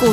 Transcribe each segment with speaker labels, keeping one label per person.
Speaker 1: 股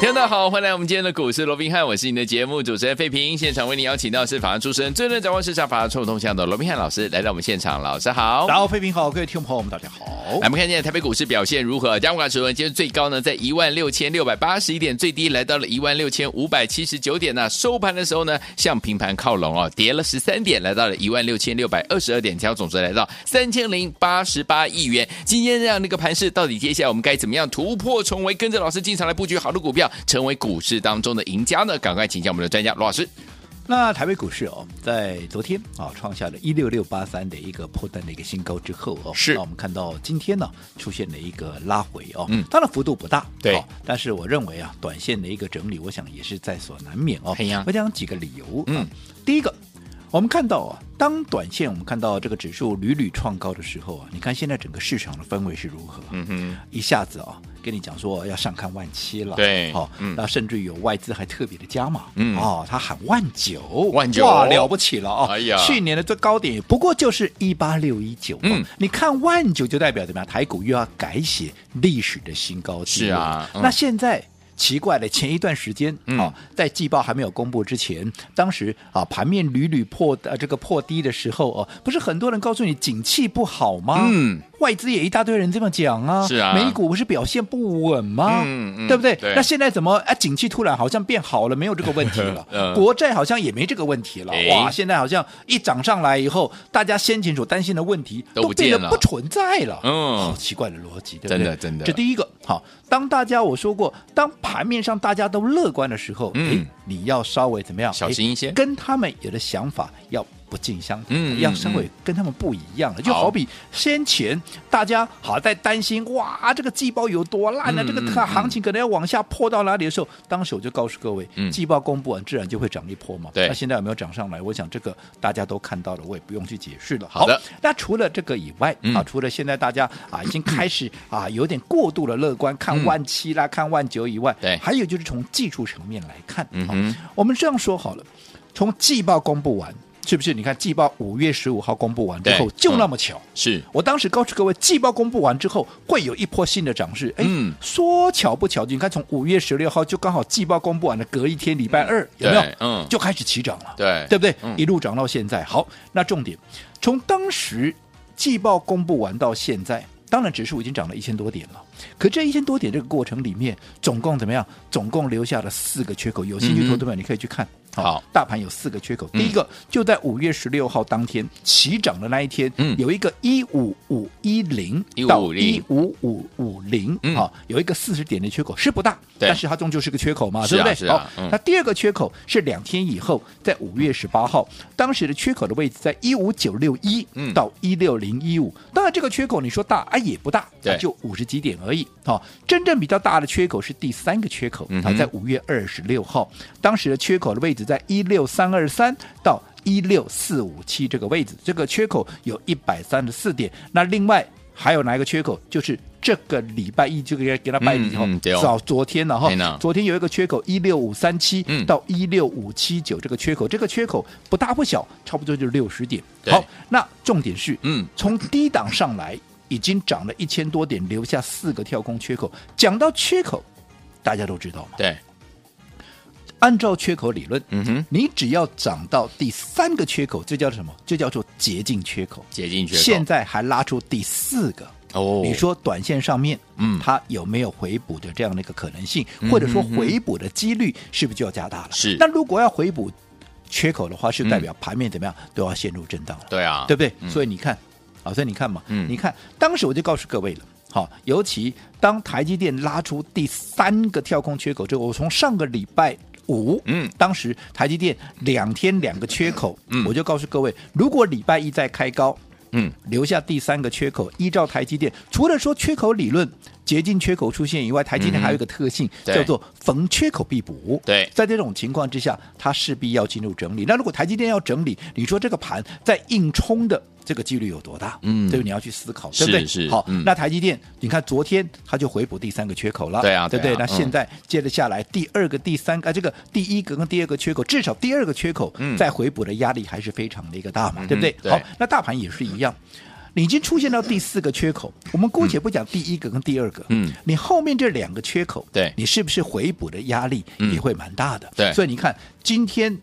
Speaker 2: 听众大家好，欢迎来我们今天的股市罗宾汉，我是你的节目主持人费平。现场为你邀请到是法案出身、最能掌握市场法案臭动向的罗宾汉老师来到我们现场，老师好。哎
Speaker 3: 然后，费平好，各位听众朋友们，大家好
Speaker 2: 来，。我们看一下台北股市表现如何？加权指数今天最高呢在一万六千六百八十一点，最低来到了一万六千五百七十九点呢、收盘的时候呢，向平盘靠拢哦，跌了十三点，来到了一万六千六百二十二点，调总值来到三千零八十八亿元。今天这样的一个盘势，到底接下来我们该怎么样突破重围，跟着老师进场来布局好的股票，成为股市当中的赢家呢？赶快请教我们的专家罗老师。
Speaker 3: 那台北股市哦，在昨天啊创下了一六六八三的一个破单的一个新高之后哦，
Speaker 2: 是
Speaker 3: 那我们看到今天呢出现了一个拉回哦，
Speaker 2: 嗯
Speaker 3: 当然幅度不大，
Speaker 2: 对
Speaker 3: 好但是我认为啊，短线的一个整理，我想也是在所难免哦
Speaker 2: 哎呀。
Speaker 3: 我讲几个理由，
Speaker 2: 嗯
Speaker 3: 啊，第一个。我们看到啊，当短线我们看到这个指数屡屡创高的时候啊，你看现在整个市场的氛围是如何？啊
Speaker 2: 嗯哼，
Speaker 3: 一下子啊、跟你讲说要上看万七了，哦
Speaker 2: 对
Speaker 3: 好、
Speaker 2: 嗯
Speaker 3: 那甚至有外资还特别的加码，
Speaker 2: 嗯
Speaker 3: 哦，他喊万九，
Speaker 2: 万九
Speaker 3: 哇，了不起了哦，
Speaker 2: 哎呀
Speaker 3: 去年的最高点不过就是一八六一九，哦
Speaker 2: 嗯
Speaker 3: 你看万九就代表怎么样？台股又要改写历史的新高纪
Speaker 2: 是
Speaker 3: 录
Speaker 2: 啊嗯
Speaker 3: 那现在。奇怪了，前一段时间啊、
Speaker 2: 嗯
Speaker 3: 哦在季报还没有公布之前，当时啊盘面屡屡破呃这个破低的时候哦，不是很多人告诉你景气不好吗？
Speaker 2: 嗯，
Speaker 3: 外资也一大堆人这么讲啊，
Speaker 2: 是啊
Speaker 3: 美股不是表现不稳吗？
Speaker 2: 嗯嗯
Speaker 3: 对不对？
Speaker 2: 对，
Speaker 3: 那现在怎么啊？景气突然好像变好了，没有这个问题了
Speaker 2: 嗯
Speaker 3: 国债好像也没这个问题了。
Speaker 2: 哎
Speaker 3: 哇，现在好像一涨上来以后，大家先前所担心的问题
Speaker 2: 都不
Speaker 3: 变
Speaker 2: 见
Speaker 3: 得
Speaker 2: 了
Speaker 3: 不存在了。
Speaker 2: 嗯
Speaker 3: 好奇怪的逻辑，对不对？
Speaker 2: 真的真的
Speaker 3: 这第一个好。当大家我说过，当盘面上大家都乐观的时候，
Speaker 2: 嗯
Speaker 3: 哎，你要稍微怎么样？
Speaker 2: 小心一些
Speaker 3: 哎跟他们有的想法要。不尽相同，
Speaker 2: 嗯嗯
Speaker 3: 要稍微跟他们不一样了，就
Speaker 2: 好
Speaker 3: 好比先前大家好在担心哇，这个季报有多烂呢、
Speaker 2: 嗯
Speaker 3: 这个
Speaker 2: 嗯
Speaker 3: 它
Speaker 2: 嗯
Speaker 3: 行情可能要往下破到哪里的时候，当时我就告诉各位，
Speaker 2: 嗯
Speaker 3: 季报公布完自然就会涨一波嘛。
Speaker 2: 对
Speaker 3: 那现在有没有涨上来？我想这个大家都看到了，我也不用去解释了。
Speaker 2: 好的
Speaker 3: 那除了这个以外、
Speaker 2: 嗯
Speaker 3: 啊，除了现在大家啊已经开始啊有点过度的乐观，看万七啦、看万九以外，
Speaker 2: 嗯对
Speaker 3: 还有就是从技术层面来看，啊
Speaker 2: 嗯
Speaker 3: 好
Speaker 2: 哼
Speaker 3: 我们这样说好了，从季报公布完。是不是？你看季报五月十五号公布完之后
Speaker 2: 对，
Speaker 3: 就
Speaker 2: 嗯
Speaker 3: 那么巧，
Speaker 2: 是
Speaker 3: 我当时告诉各位，季报公布完之后，会有一波新的涨势。哎、
Speaker 2: 嗯
Speaker 3: 说巧不巧，你看从五月十六号就刚好季报公布完的隔一天，礼拜二、有没有
Speaker 2: 对？嗯
Speaker 3: 就开始起涨了，
Speaker 2: 对
Speaker 3: 对不对？
Speaker 2: 嗯
Speaker 3: 一路涨到现在。好，那重点，从当时季报公布完到现在，当然指数已经涨了一千多点了。可这一千多点这个过程里面，总共怎么样？总共留下了四个缺口。有兴
Speaker 2: 嗯
Speaker 3: 趣
Speaker 2: 哼
Speaker 3: 投资者，你可以去看。
Speaker 2: 好
Speaker 3: 大盘有四个缺口。
Speaker 2: 嗯
Speaker 3: 第一个就在五月十六号当天起涨的那一天，
Speaker 2: 嗯
Speaker 3: 有一个一五五一零到
Speaker 2: 15510
Speaker 3: 一五五五零
Speaker 2: 嗯，
Speaker 3: 好，有一个四十点的缺口，是不大，
Speaker 2: 对
Speaker 3: 但是它终究是个缺口嘛，
Speaker 2: 是啊
Speaker 3: 对不对？
Speaker 2: 是啊
Speaker 3: 好
Speaker 2: 嗯
Speaker 3: 那第二个缺口是两天以后，在五月十八号，当时的缺口的位置在一五九六一
Speaker 2: 嗯
Speaker 3: 到一六零一五。当然，这个缺口你说大啊也不大，
Speaker 2: 对
Speaker 3: 啊就五十几点而已。好，真正比较大的缺口是第三个缺口
Speaker 2: 嗯，
Speaker 3: 啊
Speaker 2: 哼，
Speaker 3: 在五月二十六号，当时的缺口的位置在一六三二三到。一六四五七这个位置，这个缺口有一百三十四点。那另外还有哪一个缺口？就是这个礼拜一，这个给它拜礼后
Speaker 2: 嗯嗯对哦，
Speaker 3: 早昨天了哈
Speaker 2: 对呢，
Speaker 3: 昨天有一个缺口一六五三七
Speaker 2: 嗯
Speaker 3: 到一六五七九这个缺口，这个缺口不大不小，差不多就是六十点。
Speaker 2: 对
Speaker 3: 好，那重点是，
Speaker 2: 嗯，
Speaker 3: 从低档上来已经涨了一千多点，留下四个跳空缺口。讲到缺口，大家都知道嘛，
Speaker 2: 对，
Speaker 3: 按照缺口理论，
Speaker 2: 嗯哼，
Speaker 3: 你只要涨到第三个缺口，这叫什么？这叫做捷径缺口。
Speaker 2: 解禁缺口。
Speaker 3: 现在还拉出第四个，
Speaker 2: 哦，
Speaker 3: 你说短线上面，
Speaker 2: 嗯
Speaker 3: 它有没有回补的这样的一个可能性，或者说回补的几率是不是就要加大了？
Speaker 2: 是
Speaker 3: 那如果要回补缺口的话，是代表盘面怎么样、都要陷入震荡了，
Speaker 2: 对啊，
Speaker 3: 对不对？
Speaker 2: 嗯
Speaker 3: 所以你看，啊，所以你看嘛，
Speaker 2: 嗯
Speaker 3: 你看当时我就告诉各位了。好，尤其当台积电拉出第三个跳空缺口之后，我从上个礼拜五，
Speaker 2: 嗯
Speaker 3: 当时台积电两天两个缺口，
Speaker 2: 嗯
Speaker 3: 我就告诉各位，如果礼拜一再开高，
Speaker 2: 嗯，
Speaker 3: 留下第三个缺口。依照台积电，除了说缺口理论，竭尽缺口出现以外，台积电还有一个特性、
Speaker 2: 嗯对
Speaker 3: 叫做逢缺口必补。
Speaker 2: 对
Speaker 3: 在这种情况之下，它势必要进入整理。那如果台积电要整理，你说这个盘在硬冲的这个几率有多大？
Speaker 2: 嗯
Speaker 3: 这个你要去思考，
Speaker 2: 是
Speaker 3: 对不对？
Speaker 2: 是
Speaker 3: 好，
Speaker 2: 嗯
Speaker 3: 那台积电，你看昨天它就回补第三个缺口了，
Speaker 2: 对啊
Speaker 3: 对不对？
Speaker 2: 对啊嗯
Speaker 3: 那现在接着下来，第二个、第三个，啊，这个第一个跟第二个缺口，至少第二个缺口
Speaker 2: 嗯
Speaker 3: 在回补的压力还是非常的一个大嘛，对不对？
Speaker 2: 对
Speaker 3: 好，那大盘也是一样。你已经出现到第四个缺口，我们姑且不讲第一个跟第二个，
Speaker 2: 嗯，
Speaker 3: 你后面这两个缺口，
Speaker 2: 对
Speaker 3: 你是不是回补的压力
Speaker 2: 嗯
Speaker 3: 也会蛮大的？
Speaker 2: 对
Speaker 3: 所以你看今天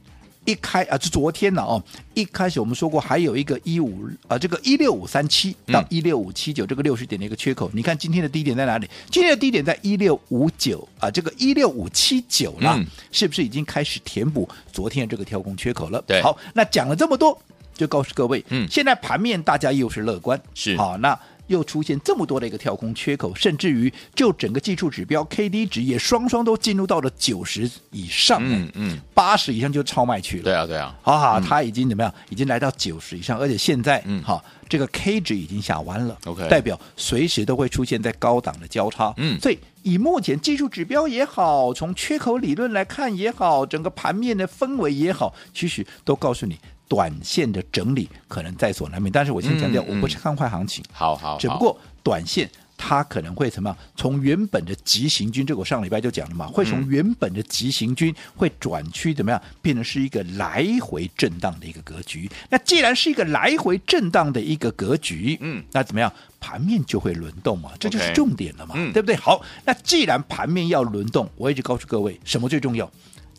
Speaker 3: 一开啊，就昨天呢、哦，一开始我们说过还有一个一五啊，这个一六五三七到
Speaker 2: 嗯
Speaker 3: 一六五七九这个六十点的一个缺口，你看今天的低点在哪里？今天的低点在一六五九啊，这个一六五七九啦，
Speaker 2: 嗯
Speaker 3: 是不是已经开始填补昨天的这个跳空缺口了？
Speaker 2: 对
Speaker 3: 好，那讲了这么多，就告诉各位，
Speaker 2: 嗯
Speaker 3: 现在盘面大家又是乐观，
Speaker 2: 是
Speaker 3: 好，那又出现这么多的一个跳空缺口，甚至于就整个技术指标 K D 值也双双都进入到了九十以上，
Speaker 2: 嗯嗯，
Speaker 3: 八十以上就超卖区了，
Speaker 2: 对啊对啊，
Speaker 3: 啊，
Speaker 2: 嗯
Speaker 3: 它已经怎么样？已经来到九十以上，而且现在，
Speaker 2: 嗯
Speaker 3: 好，这个 K 值已经下弯了
Speaker 2: OK
Speaker 3: 代表随时都会出现在高档的交叉，
Speaker 2: 嗯
Speaker 3: 所以以目前技术指标也好，从缺口理论来看也好，整个盘面的氛围也好，其实都告诉你。短线的整理可能在所难免，但是我先强调，
Speaker 2: 嗯嗯
Speaker 3: 我不是看坏行情，
Speaker 2: 好好，
Speaker 3: 只不
Speaker 2: 好
Speaker 3: 过短线它可能会怎么样？从原本的急行军，这个我上礼拜就讲
Speaker 2: 嗯
Speaker 3: 了嘛，会从原本的急行军会转趋怎么样，变成是一个来回震荡的一个格局。那既然是一个来回震荡的一个格局，
Speaker 2: 嗯，
Speaker 3: 那怎么样？盘面就会轮动嘛，这就是
Speaker 2: OK
Speaker 3: 重点了嘛
Speaker 2: 嗯
Speaker 3: 对不对？好，那既然盘面要轮动，我一直告诉各位，什么最重要？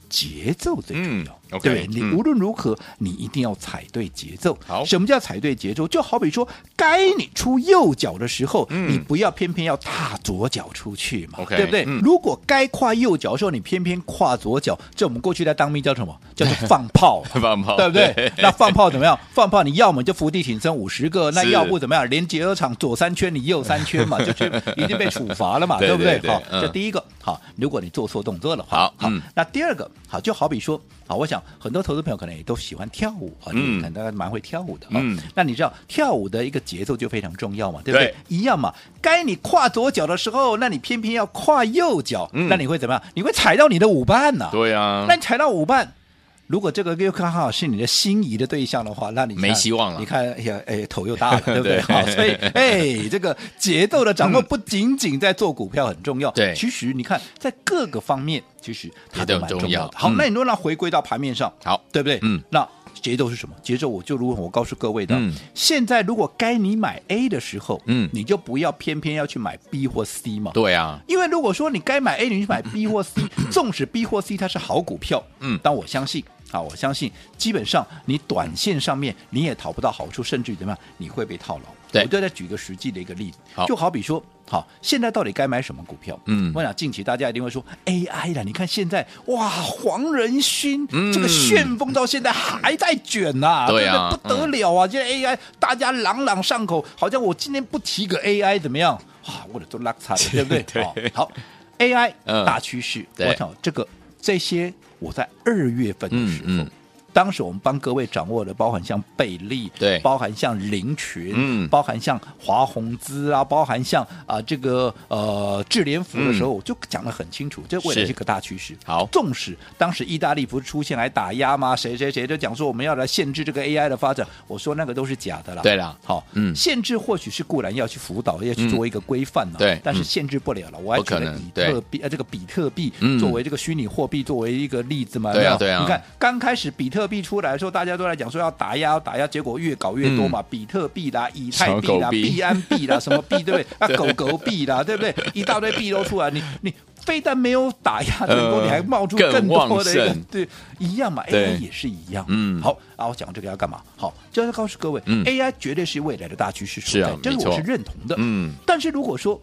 Speaker 3: 节奏最重要，
Speaker 2: 嗯，OK，
Speaker 3: 对不对
Speaker 2: 嗯
Speaker 3: 你无论如何，你一定要踩对节奏。
Speaker 2: 好
Speaker 3: 什么叫踩对节奏？就好比说，该你出右脚的时候，
Speaker 2: 嗯
Speaker 3: 你不要偏偏要踏左脚出去嘛
Speaker 2: OK，
Speaker 3: 对不对？
Speaker 2: 嗯。
Speaker 3: 如果该跨右脚的时候，你偏偏跨左脚，这我们过去在当兵叫什么？叫做放炮
Speaker 2: 放炮，
Speaker 3: 对不对？那放炮怎么样？放炮你要么就伏地挺身五十个，那
Speaker 2: 是
Speaker 3: 要不怎么样？连结合场左三圈你右三圈嘛， 就是已经被处罚了嘛，
Speaker 2: 对
Speaker 3: 不对
Speaker 2: 对？对
Speaker 3: 好，
Speaker 2: 嗯
Speaker 3: 这第一个好，如果你做错动作的话，
Speaker 2: 好
Speaker 3: 好
Speaker 2: 嗯，
Speaker 3: 那第二个好，就好比说，好，我想很多投资朋友可能也都喜欢跳舞啊，
Speaker 2: 嗯
Speaker 3: 你可能蛮会跳舞的啊
Speaker 2: 嗯。
Speaker 3: 那你知道跳舞的一个节奏就非常重要嘛，对不对
Speaker 2: 对？
Speaker 3: 一样嘛，该你跨左脚的时候，那你偏偏要跨右脚，
Speaker 2: 嗯
Speaker 3: 那你会怎么样？你会踩到你的舞伴呐。
Speaker 2: 对啊
Speaker 3: 那，你踩到舞伴，如果这个又刚好是你的心仪的对象的话，那你看
Speaker 2: 没希望了
Speaker 3: 你看，哎呀，哎，头又 大了，对不
Speaker 2: 对
Speaker 3: 对？
Speaker 2: 嗯
Speaker 3: 好，所以，哎，这个节奏的掌握不仅仅在做股票很重要，
Speaker 2: 对
Speaker 3: 其实你看在各个方面，其实它
Speaker 2: 也都很
Speaker 3: 都蛮
Speaker 2: 重
Speaker 3: 重要
Speaker 2: 要
Speaker 3: 的。好
Speaker 2: 嗯，
Speaker 3: 那你若让它回归到盘面上，
Speaker 2: 好，
Speaker 3: 对不对？
Speaker 2: 嗯，
Speaker 3: 那节奏是什么？节奏我就如我告诉各位的，
Speaker 2: 嗯
Speaker 3: 现在如果该你买 A 的时候，
Speaker 2: 嗯
Speaker 3: 你就不要偏偏要去买 B 或 C 嘛，
Speaker 2: 对啊，
Speaker 3: 因为如果说你该买 A，你去买 B 或 C，纵使 B 或 C 它是好股票，
Speaker 2: 嗯
Speaker 3: 但我相信啊，我相信基本上你短线上面你也讨不到好处，甚至于怎么样，你会被套牢。
Speaker 2: 对
Speaker 3: 我就再举个实际的一个例子
Speaker 2: 好，
Speaker 3: 就好比说，好，现在到底该买什么股票？
Speaker 2: 嗯
Speaker 3: 我想近期大家一定会说 AI 啦，你看现在哇，黄仁勋、
Speaker 2: 嗯
Speaker 3: 这个旋风到现在还在卷呐、
Speaker 2: 对啊
Speaker 3: 不对不得了啊！现在 AI 大家朗朗上口，好像我今天不提个 AI 怎么样？哇，我的都拉惨 了，对不对？
Speaker 2: 对
Speaker 3: 好好，AI
Speaker 2: 嗯
Speaker 3: 大趋势，
Speaker 2: 对
Speaker 3: 我想这个这些我在二月份的时候。
Speaker 2: 嗯嗯
Speaker 3: 当时我们帮各位掌握的，包含像贝利，
Speaker 2: 对
Speaker 3: 包含像林群，
Speaker 2: 嗯
Speaker 3: 包含像华宏资啊，包含像啊、这个呃智联福的时候，我就讲得很清楚，这未来
Speaker 2: 嗯是
Speaker 3: 是个大趋势。
Speaker 2: 好
Speaker 3: 纵使当时意大利不是出现来打压吗？谁谁谁就讲说我们要来限制这个 AI 的发展，我说那个都是假的啦。
Speaker 2: 对啦
Speaker 3: 好，
Speaker 2: 嗯
Speaker 3: 限制或许是固然要去辅导，要去做一个规范呐、
Speaker 2: 对
Speaker 3: 但是
Speaker 2: 嗯
Speaker 3: 限制不了了。我还
Speaker 2: 不可
Speaker 3: 举了
Speaker 2: 能
Speaker 3: 比
Speaker 2: 对
Speaker 3: 特币，呃，这个比特币
Speaker 2: 嗯
Speaker 3: 作为这个虚拟货币作为一个例子嘛，有
Speaker 2: 对啊
Speaker 3: 没有
Speaker 2: 对啊
Speaker 3: 你看刚开始比特币出来的时候，大家都在讲说要打压，要打压，结果越搞越多嘛，比特币啦、以太币
Speaker 2: 嗯小狗
Speaker 3: 啦、
Speaker 2: 币
Speaker 3: 币安币啦、什么币，对不对？ 啊，狗狗币啦，对不对？一大堆币都出来，你你。非但没有打压成功，
Speaker 2: 呃
Speaker 3: 你还冒出
Speaker 2: 更
Speaker 3: 更多的一
Speaker 2: 旺
Speaker 3: 个
Speaker 2: 盛
Speaker 3: 对一样嘛
Speaker 2: 对
Speaker 3: ，AI 也是一样。
Speaker 2: 嗯
Speaker 3: 好啊，我讲这个要干嘛？好，就是告诉各位
Speaker 2: 嗯
Speaker 3: ，AI 绝对是未来的大趋势
Speaker 2: 是
Speaker 3: 所
Speaker 2: 啊
Speaker 3: 在，这
Speaker 2: 没
Speaker 3: 个
Speaker 2: 错
Speaker 3: 我是认同的。
Speaker 2: 嗯，
Speaker 3: 但是如果说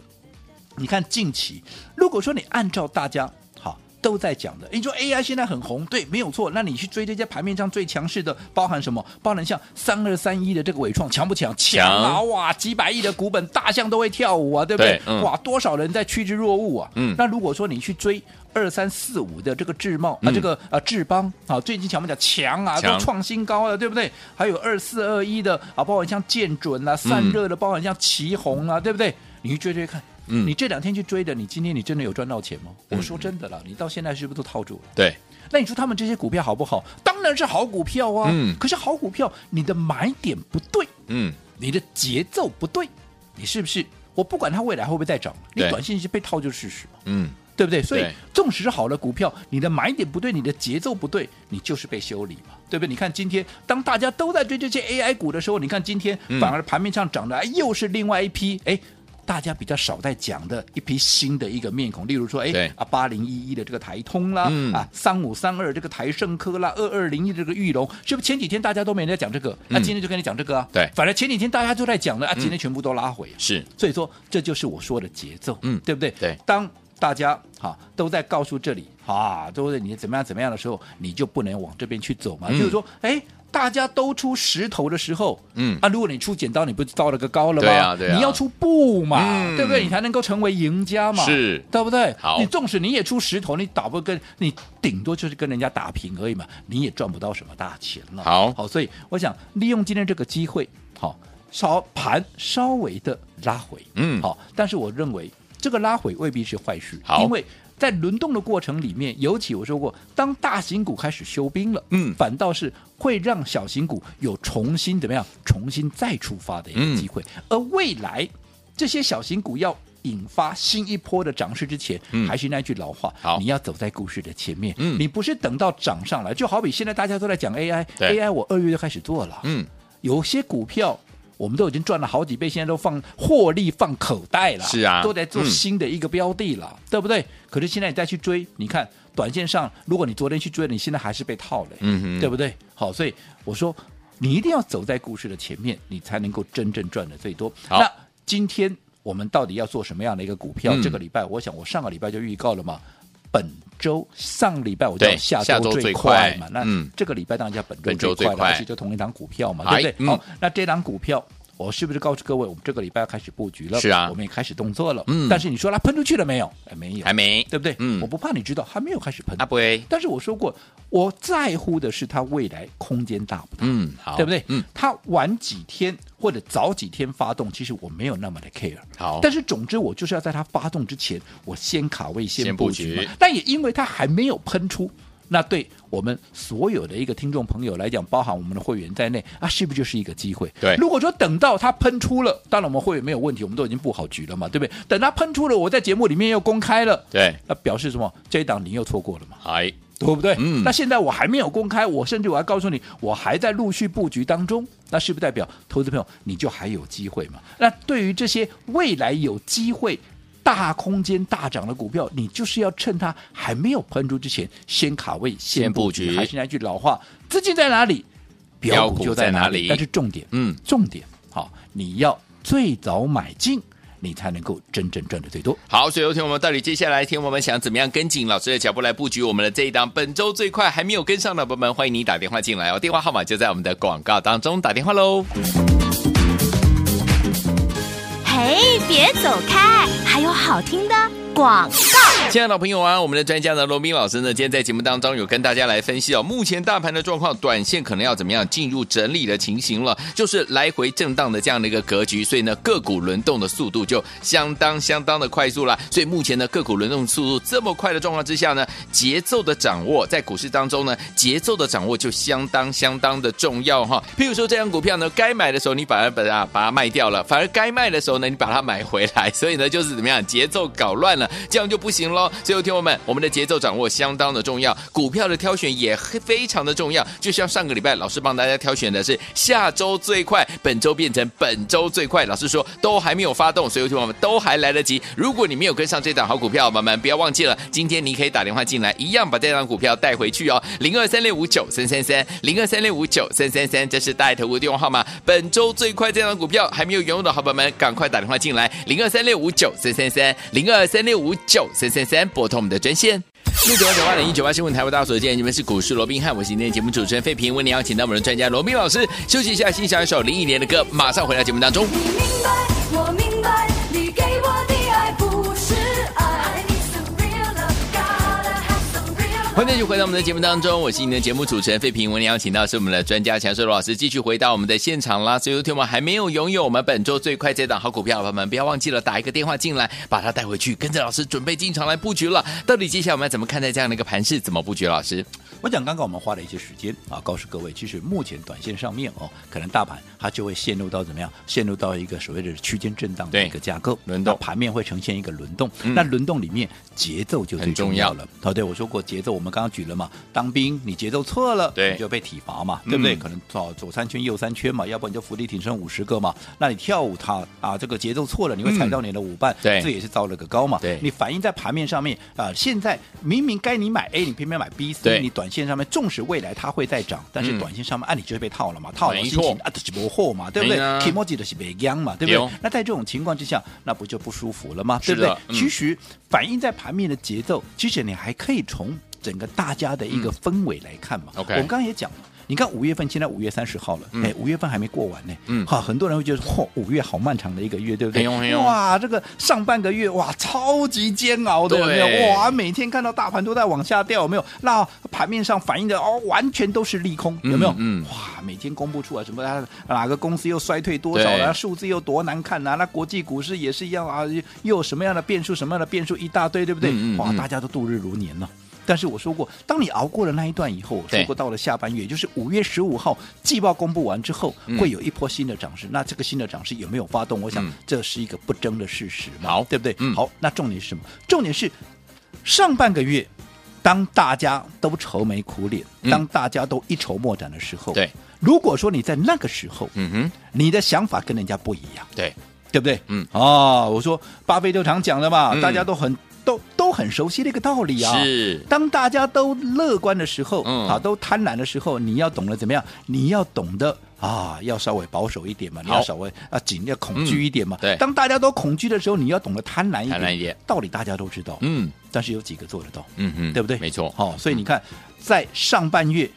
Speaker 3: 你看近期，如果说你按照大家好都在讲的，你说 AI 现在很红，对，没有错。那你去追这些盘面上最强势的，包含什么？包含像三二三一的这个伟创强不强？强啊！
Speaker 2: 强
Speaker 3: 哇，几百亿的股本，大象都会跳舞啊，对不对？
Speaker 2: 对嗯
Speaker 3: 哇，多少人在趋之若鹜啊！
Speaker 2: 嗯
Speaker 3: 那如果说你去追。二三四五的这个智茂啊，
Speaker 2: 嗯
Speaker 3: 这个啊智邦啊，最近强不强？强啊，
Speaker 2: 强
Speaker 3: 都创新高了，对不对？还有二四二一的啊，包含像建准啊、散
Speaker 2: 嗯
Speaker 3: 热的，包含像旗宏啊，对不对？你去追追看，
Speaker 2: 嗯
Speaker 3: 你这两天去追的，你今天你真的有赚到钱吗？我说真的啦，你到现在是不是都套住了？
Speaker 2: 对，
Speaker 3: 那你说他们这些股票好不好？当然是好股票啊。
Speaker 2: 嗯
Speaker 3: 可是好股票，你的买点不对，
Speaker 2: 嗯，
Speaker 3: 你的节奏不对，你是不是？我不管它未来会不会再涨，你
Speaker 2: 对
Speaker 3: 短线是被套就是事实嘛，
Speaker 2: 嗯，
Speaker 3: 对不对？所以
Speaker 2: 对，
Speaker 3: 纵使是好的股票，你的买点不对，你的节奏不对，你就是被修理嘛，对不对？你看今天，当大家都在追这些 AI 股的时候，你看今天
Speaker 2: 嗯
Speaker 3: 反而盘面上涨的、哎又是另外一批，哎。大家比较少在讲的一批新的一个面孔，例如说，
Speaker 2: 对
Speaker 3: 哎啊，八零一一的这个台通啦，
Speaker 2: 嗯
Speaker 3: 啊，三五三二这个台盛科啦，二二零一这个玉龙，是不是前几天大家都没人在讲这个？那、
Speaker 2: 嗯
Speaker 3: 今天就跟你讲这个啊？
Speaker 2: 对嗯
Speaker 3: 反正前几天大家都在讲了，啊，今天全部都拉回、
Speaker 2: 是，
Speaker 3: 所以说这就是我说的节奏，
Speaker 2: 嗯
Speaker 3: 对不对？
Speaker 2: 对
Speaker 3: 当大家哈、啊都在告诉这里啊，都是你怎么样怎么样的时候，你就不能往这边去走嘛。
Speaker 2: 嗯
Speaker 3: 就是说，哎。大家都出石头的时候，
Speaker 2: 嗯
Speaker 3: 啊，如果你出剪刀，你不就到了个高了吗？
Speaker 2: 对啊对啊
Speaker 3: 你要出布嘛，
Speaker 2: 嗯
Speaker 3: 对不对？你才能够成为赢家嘛，
Speaker 2: 是
Speaker 3: 对不对？
Speaker 2: 好
Speaker 3: 你纵使你也出石头，你打不跟你顶多就是跟人家打平而已嘛，你也赚不到什么大钱了。
Speaker 2: 好
Speaker 3: 好，所以我想利用今天这个机会，好，稍盘稍微的拉回，
Speaker 2: 嗯
Speaker 3: 好，但是我认为这个拉回未必是坏事，
Speaker 2: 好
Speaker 3: 因为在轮动的过程里面，尤其我说过，当大型股开始休兵了，
Speaker 2: 嗯
Speaker 3: 反倒是会让小型股有重新怎么样，重新再出发的一
Speaker 2: 嗯
Speaker 3: 个机会，而未来这些小型股要。引发新一波的涨势之前，
Speaker 2: 嗯
Speaker 3: 还是那句老话，
Speaker 2: 好
Speaker 3: 你要走在故事的前面，
Speaker 2: 嗯
Speaker 3: 你不是等到涨上来，就好比现在大家都在讲 AI，AI
Speaker 2: 对
Speaker 3: 我二月就开始做了，
Speaker 2: 嗯，
Speaker 3: 有些股票我们都已经赚了好几倍，现在都放获利放口袋了，
Speaker 2: 是啊
Speaker 3: 都在做
Speaker 2: 嗯
Speaker 3: 新的一个标的了，对不对？可是现在你再去追，你看短线上，如果你昨天去追，你现在还是被套了，
Speaker 2: 嗯哼
Speaker 3: 对不对？好，所以我说你一定要走在故事的前面，你才能够真正赚的最多。
Speaker 2: 好
Speaker 3: 那今天我们到底要做什么样的一个股票？
Speaker 2: 嗯
Speaker 3: 这个礼拜，我想我上个礼拜就预告了嘛。本周上礼拜我叫
Speaker 2: 对
Speaker 3: 下
Speaker 2: 下周
Speaker 3: 周
Speaker 2: 最
Speaker 3: 最
Speaker 2: 快
Speaker 3: 快嘛，那
Speaker 2: 嗯
Speaker 3: 这个礼拜当然叫本
Speaker 2: 本周
Speaker 3: 周
Speaker 2: 最
Speaker 3: 最快了，
Speaker 2: 快
Speaker 3: 而且就同一档股票嘛，
Speaker 2: 哎
Speaker 3: 对不对？
Speaker 2: 嗯
Speaker 3: 好，那这档股票。我是不是告诉各位，我们这个礼拜要开始布局了？
Speaker 2: 是啊
Speaker 3: 我们也开始动作了。
Speaker 2: 嗯
Speaker 3: 但是你说它喷出去了没有？哎，没有，
Speaker 2: 还没，
Speaker 3: 对不对？
Speaker 2: 嗯啊
Speaker 3: 我不怕你知道，还没有开始喷。
Speaker 2: 阿伯，
Speaker 3: 但是我说过，我在乎的是它未来空间大不大，
Speaker 2: 嗯，好，
Speaker 3: 对不对？
Speaker 2: 嗯，，
Speaker 3: 它晚几天或者早几天发动，其实我没有那么的 care。
Speaker 2: 好，
Speaker 3: 但是总之，我就是要在它发动之前，我先卡位
Speaker 2: 先
Speaker 3: 先
Speaker 2: 布
Speaker 3: 布局嘛
Speaker 2: 局
Speaker 3: 但也因为它还没有喷出，那对我们所有的一个听众朋友来讲，包含我们的会员在内啊，是不是就是一个机会？
Speaker 2: 对
Speaker 3: 如果说等到它喷出了，当然我们会员没有问题，我们都已经布好局了嘛，对不对？等它喷出了，我在节目里面又公开了，
Speaker 2: 对，
Speaker 3: 那表示什么？这一档你又错过了嘛？
Speaker 2: 还
Speaker 3: 对不对？
Speaker 2: 嗯
Speaker 3: 那现在我还没有公开，我甚至我还告诉你，我还在陆续布局当中。那是不是代表投资朋友你就还有机会嘛？那对于这些未来有机会大空间大涨的股票，你就是要趁它还没有喷出之前，先卡位，
Speaker 2: 先布局
Speaker 3: 还是那句老话，资金在哪里，
Speaker 2: 标
Speaker 3: 标
Speaker 2: 股
Speaker 3: 股就
Speaker 2: 在
Speaker 3: 在
Speaker 2: 哪
Speaker 3: 哪
Speaker 2: 里
Speaker 3: 里。但是重点，
Speaker 2: 嗯，
Speaker 3: 重点好，你要最早买进，你才能够真正赚的最多。
Speaker 2: 好，所以有听我们到底接下来听我们想怎么样跟紧老师的脚步来布局我们的这一档本周最快还没有跟上的朋友们，欢迎你打电话进来哦，电话号码就在我们的广告当中，打电话喽。
Speaker 1: 嘿，别走开，还有好听的广告。
Speaker 2: 亲爱的朋友啊，我们的专家呢，罗斌老师呢，今天在节目当中有跟大家来分析哦，目前大盘的状况，短线可能要怎么样进入整理的情形了，就是来回震荡的这样的一个格局，所以呢，个股轮动的速度就相当相当的快速啦。所以目前呢，个股轮动速度这么快的状况之下呢，节奏的掌握在股市当中呢，节奏的掌握就相当相当的重要哈。譬如说这张股票呢，该买的时候你反而把它把它卖掉了，反而该卖的时候呢，你把它买回来，所以呢，就是怎么样，节奏搞乱了，这样就不行喽。所以，听友们，我们的节奏掌握相当的重要，股票的挑选也非常的重要。就像上个礼拜老师帮大家挑选的是下周最快，本周变成本周最快。老师说都还没有发动，所以听友们都还来得及。如果你没有跟上这档好股票，妈妈不要忘记了，今天你可以打电话进来，一样把这档股票带回去哦，零二三六五九三三三，零二三六五九三三三，这是带头的电话号码。本周最快这档股票还没有拥有的好朋友们，赶快打电话进来，零二三六五九三三三，零二三六五九三三三，拨通我们的专线。六九八九八零一九八新闻台，为大家所见，你们是股市罗宾汉，我是今天的节目主持人费平，为你邀请到我们的专家罗宾老师休息一下，欣赏一首林忆莲的歌，马上回到节目当中。
Speaker 4: 你明白，我明白，你给我的爱不是爱。I need some real love, gotta have some real
Speaker 2: 欢迎继续回到我们的节目当中，我是你的节目主持人费平。我们邀请到是我们的专家强硕罗老师，继续回到我们的现场啦。所以，听我们还没有拥有我们本周最快这档好股票，的朋友们不要忘记了打一个电话进来，把它带回去，跟着老师准备进场来布局了。到底接下来我们要怎么看待这样的一个盘势？怎么布局？老师，
Speaker 3: 我讲刚刚我们花了一些时间啊，告诉各位，其实目前短线上面哦，可能大盘它就会陷入到怎么样？陷入到一个所谓的区间震荡的
Speaker 2: 对
Speaker 3: 一个架构，
Speaker 2: 轮动
Speaker 3: 那盘面会呈现一个轮动。
Speaker 2: 嗯
Speaker 3: 那轮动里面节奏就最
Speaker 2: 很重
Speaker 3: 重
Speaker 2: 要
Speaker 3: 要了。哦，对，我说过节奏，我们刚刚举了嘛，当兵你节奏错了，
Speaker 2: 对
Speaker 3: 你就被体罚嘛，对不对？
Speaker 2: 嗯
Speaker 3: 可能左左三圈右三圈嘛，要不然你就伏地挺身五十个嘛。那你跳舞它啊，这个节奏错了，你会踩到你的舞伴，
Speaker 2: 嗯对
Speaker 3: 这也是糟了个高嘛。
Speaker 2: 对
Speaker 3: 你反映在盘面上面啊、现在明明该你买 A，你偏偏买 B、C，
Speaker 2: 对
Speaker 3: 你短线上面纵使未来它会再涨，但是
Speaker 2: 嗯
Speaker 3: 短线上面按理就会被套了嘛，套了
Speaker 2: 没
Speaker 3: 心
Speaker 2: 错
Speaker 3: 情啊，就是不货嘛，对不对
Speaker 2: 哎呀
Speaker 3: k i m o j i 的是被央嘛，对不
Speaker 2: 有
Speaker 3: 对？那在这种情况之下，那不就不舒服了吗？对
Speaker 2: 是
Speaker 3: 不
Speaker 2: 的
Speaker 3: 对？
Speaker 2: 嗯
Speaker 3: 其实反映在盘面的节奏，其实你还可以从整个大家的一个氛围来看嘛。
Speaker 2: 嗯 OK
Speaker 3: 我们刚刚也讲了。你看五月份，现在五月三十号了，
Speaker 2: 嗯
Speaker 3: 哎、五月份还没过完呢，
Speaker 2: 嗯
Speaker 3: 好，很多人会觉得，嚯，五月好漫长的一个月，对不
Speaker 2: 哎
Speaker 3: 对？
Speaker 2: 呦哎呦
Speaker 3: 哇，这个上半个月哇，超级煎熬的，有没
Speaker 2: 对
Speaker 3: 有？哇，每天看到大盘都在往下掉，有没有？那盘面上反映的哦，完全都是利空，有没有？
Speaker 2: 嗯嗯
Speaker 3: 哇，每天公布出来什么啊哪个公司又衰退多少
Speaker 2: 对
Speaker 3: 了，那数字又多难看啊，那国际股市也是一样啊，又又有什么样的变数，什么样的变数一大堆，对不对？
Speaker 2: 嗯嗯
Speaker 3: 哇，
Speaker 2: 嗯
Speaker 3: 大家都度日如年了。但是我说过，当你熬过了那一段以后，我
Speaker 2: 对
Speaker 3: 说过到了下半月，也就是五月十五号季报公布完之后
Speaker 2: 嗯，
Speaker 3: 会有一波新的涨势。那这个新的涨势有没有发动？我想
Speaker 2: 嗯
Speaker 3: 这是一个不争的事实嘛，
Speaker 2: 好
Speaker 3: 对不对？
Speaker 2: 嗯
Speaker 3: 好，那重点是什么？重点是上半个月，当大家都愁眉苦脸，
Speaker 2: 嗯
Speaker 3: 当大家都一筹莫展的时候，
Speaker 2: 对，
Speaker 3: 如果说你在那个时候，
Speaker 2: 嗯哼，
Speaker 3: 你的想法跟人家不一样，
Speaker 2: 对，
Speaker 3: 对不对？
Speaker 2: 嗯，
Speaker 3: 哦，我说巴菲特常讲的嘛，
Speaker 2: 嗯
Speaker 3: 大家都很都都很熟悉的一个道理啊。
Speaker 2: 是
Speaker 3: 当大家都乐观的时候，
Speaker 2: 嗯
Speaker 3: 啊，都贪婪的时候，你要懂得怎么样？你要懂得啊，要稍微保守一点嘛，你要稍微啊紧，要恐惧一点嘛。
Speaker 2: 嗯对
Speaker 3: 当大家都恐惧的时候，你要懂得贪婪一点。
Speaker 2: 贪婪一点，
Speaker 3: 道理大家都知道，
Speaker 2: 嗯
Speaker 3: 但是有几个做得到？
Speaker 2: 嗯哼，
Speaker 3: 对不对？
Speaker 2: 没错，嗯
Speaker 3: 好、所以你看，在上半月，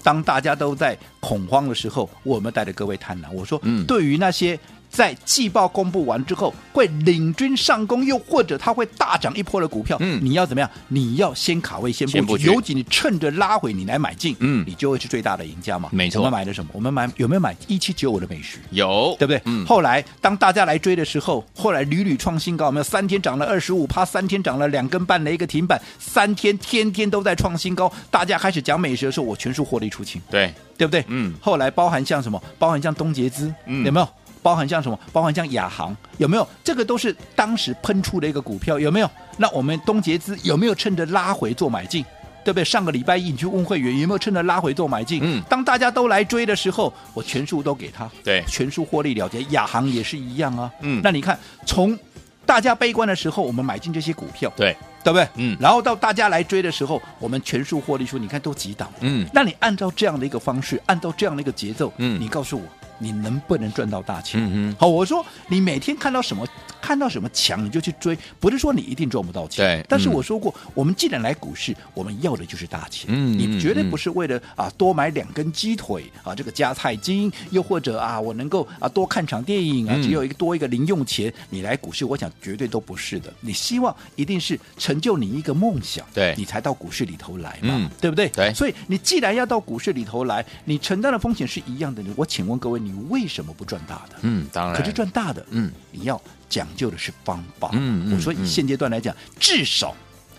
Speaker 3: 当大家都在恐慌的时候，我们带着各位贪婪。我说，
Speaker 2: 嗯
Speaker 3: 对于那些在季报公布完之后会领军上攻，又或者它会大涨一波的股票，
Speaker 2: 嗯
Speaker 3: 你要怎么样？你要先卡位，先布局，
Speaker 2: 先布局
Speaker 3: 尤其你趁着拉回你来买进，
Speaker 2: 嗯
Speaker 3: 你就会是最大的赢家嘛。
Speaker 2: 没错
Speaker 3: 我们买了什么？我们买有没有买一七九五的美食？
Speaker 2: 有
Speaker 3: 对不对？
Speaker 2: 嗯，
Speaker 3: 后来当大家来追的时候，后来屡屡创新高，有没有？三天涨了二十五趴，三天涨了两根半的一个停板，三天天天都在创新高。大家开始讲美食的时候，我全数获利出清，
Speaker 2: 对，
Speaker 3: 对不对？
Speaker 2: 嗯
Speaker 3: 后来包含像什么？包含像东杰资，
Speaker 2: 嗯
Speaker 3: 有没有？包含像什么？包含像亚航，有没有？这个都是当时喷出的一个股票，有没有？那我们东杰资有没有趁着拉回做买进？对不对？上个礼拜一你去问会员有没有趁着拉回做买进？
Speaker 2: 嗯
Speaker 3: 当大家都来追的时候，我全数都给他。
Speaker 2: 对
Speaker 3: 全数获利了结，亚航也是一样啊。
Speaker 2: 哎嗯
Speaker 3: 那你看，从大家悲观的时候，我们买进这些股票，
Speaker 2: 对，
Speaker 3: 对不对？
Speaker 2: 嗯
Speaker 3: 然后到大家来追的时候，我们全数获利出，你看都几档了。
Speaker 2: 嗯，
Speaker 3: 那你按照这样的一个方式，按照这样的一个节奏，
Speaker 2: 嗯
Speaker 3: 你告诉我，你能不能赚到大钱？
Speaker 2: 嗯哼，
Speaker 3: 好，我说你每天看到什么，看到什么强你就去追，不是说你一定赚不到钱。
Speaker 2: 对
Speaker 3: 但是
Speaker 2: 嗯
Speaker 3: 我说过，我们既然来股市，我们要的就是大钱。
Speaker 2: 嗯嗯
Speaker 3: 你绝对
Speaker 2: 嗯
Speaker 3: 不是为了啊多买两根鸡腿啊，这个加菜金，又或者啊我能够啊多看场电影啊，
Speaker 2: 嗯
Speaker 3: 只有一个多一个零用钱，你来股市，我想绝对都不是的。你希望一定是成就你一个梦想，
Speaker 2: 对
Speaker 3: 你才到股市里头来嘛，
Speaker 2: 嗯
Speaker 3: 对不对？
Speaker 2: 对
Speaker 3: 所以你既然要到股市里头来，你承担的风险是一样的。我请问各位，你为什么不赚大的？
Speaker 2: 嗯，当然，
Speaker 3: 可是赚大的，
Speaker 2: 嗯，
Speaker 3: 你要讲究的是方法。
Speaker 2: 嗯嗯
Speaker 3: 我说以
Speaker 2: 嗯
Speaker 3: 现阶段来讲，至少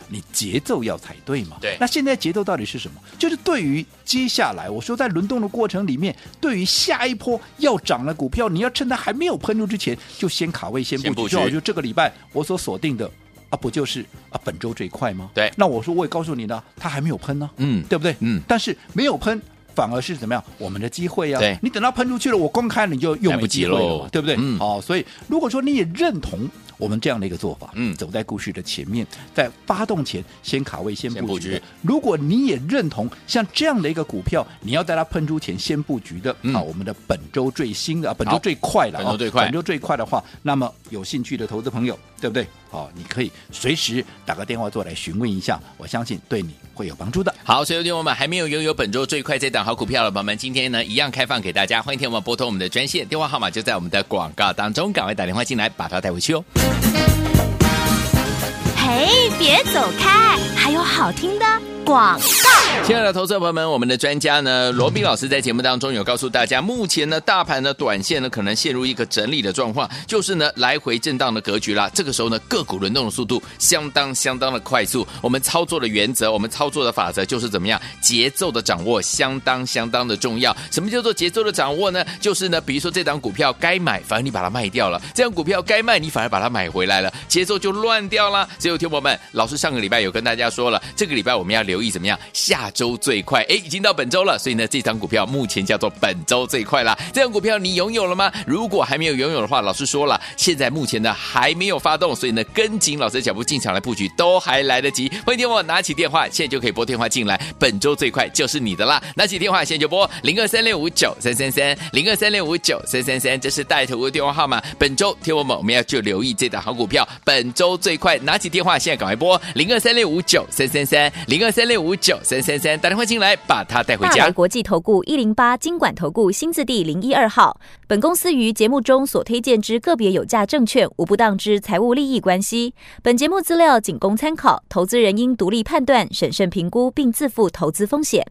Speaker 3: 你节奏要才对嘛。
Speaker 2: 对
Speaker 3: 那现在节奏到底是什么？就是对于接下来，我说在轮动的过程里面，对于下一波要涨的股票，你要趁它还没有喷出之前，就先卡位，先
Speaker 2: 先布
Speaker 3: 布
Speaker 2: 局
Speaker 3: 局。就好就这个礼拜我所锁定的。啊，不就是啊，本周最快吗？
Speaker 2: 对
Speaker 3: 那我说我也告诉你了，它还没有喷呢、
Speaker 2: 嗯
Speaker 3: 对不对？
Speaker 2: 嗯
Speaker 3: 但是没有喷，反而是怎么样？我们的机会呀、
Speaker 2: 对
Speaker 3: 你等到喷出去了，我公开了你就又
Speaker 2: 来
Speaker 3: 没
Speaker 2: 不及
Speaker 3: 机会了
Speaker 2: 喽
Speaker 3: 嘛，对不对？
Speaker 2: 嗯
Speaker 3: 好，所以如果说你也认同我们这样的一个做法，
Speaker 2: 嗯
Speaker 3: 走在故事的前面，在发动前先卡位先
Speaker 2: 先
Speaker 3: 布
Speaker 2: 布
Speaker 3: 局
Speaker 2: 局
Speaker 3: 的。如果你也认同像这样的一个股票，你要在它喷出前先布局的，
Speaker 2: 嗯
Speaker 3: 啊，我们的本周最新的，啊本
Speaker 2: 好
Speaker 3: 周最快的，
Speaker 2: 本
Speaker 3: 啊
Speaker 2: 周最快
Speaker 3: 本周最快的话，那么有兴趣的投资朋友，对不对？好，你可以随时打个电话过来询问一下，我相信对你会有帮助的。
Speaker 2: 好，所以有听我们还没有拥有本周最快这档好股票的朋友们，今天呢一样开放给大家，欢迎听我们拨通我们的专线，电话号码就在我们的广告当中，赶快打电话进来把它带回去哦。
Speaker 1: 嘿，别走开，还有好听的
Speaker 5: 广。
Speaker 2: 亲爱的投资者朋友们，我们的专家呢，罗斌老师在节目当中有告诉大家，目前呢，大盘呢，短线呢，可能陷入一个整理的状况，就是呢，来回震荡的格局啦。这个时候呢，个股轮动的速度相当相当的快速。我们操作的原则，我们操作的法则就是怎么样，节奏的掌握相当相当的重要。什么叫做节奏的掌握呢？就是呢，比如说这档股票该买，反而你把它卖掉了；这档股票该卖，你反而把它买回来了，节奏就乱掉啦。所以，听友们，老师上个礼拜有跟大家说了，这个礼拜我们要留意怎么样，下周最快，哎，已经到本周了，所以呢，这张股票目前叫做本周最快啦。这张股票你拥有了吗？如果还没有拥有的话，老师说了，现在目前呢还没有发动，所以呢，跟紧老师的脚步进场来布局都还来得及。欢迎听我拿起电话，现在就可以拨电话进来，本周最快就是你的啦。拿起电话现在就拨零二三六五九三三三零二三六五九三三三，这是带头的电话号码。本周听我们，我们要就留意这档好股票，本周最快，拿起电话现在赶快拨零二三六五九三三三零二三六五九三三三，打电话进来把它带回
Speaker 1: 大
Speaker 2: 家
Speaker 1: 来。国际投顾一零八金管投顾新字第零一二号。本公司于节目中所推荐之个别有价证券，无不当之财务利益关系。本节目资料仅供参考，投资人应独立判断、审慎评估，并自负投资风险。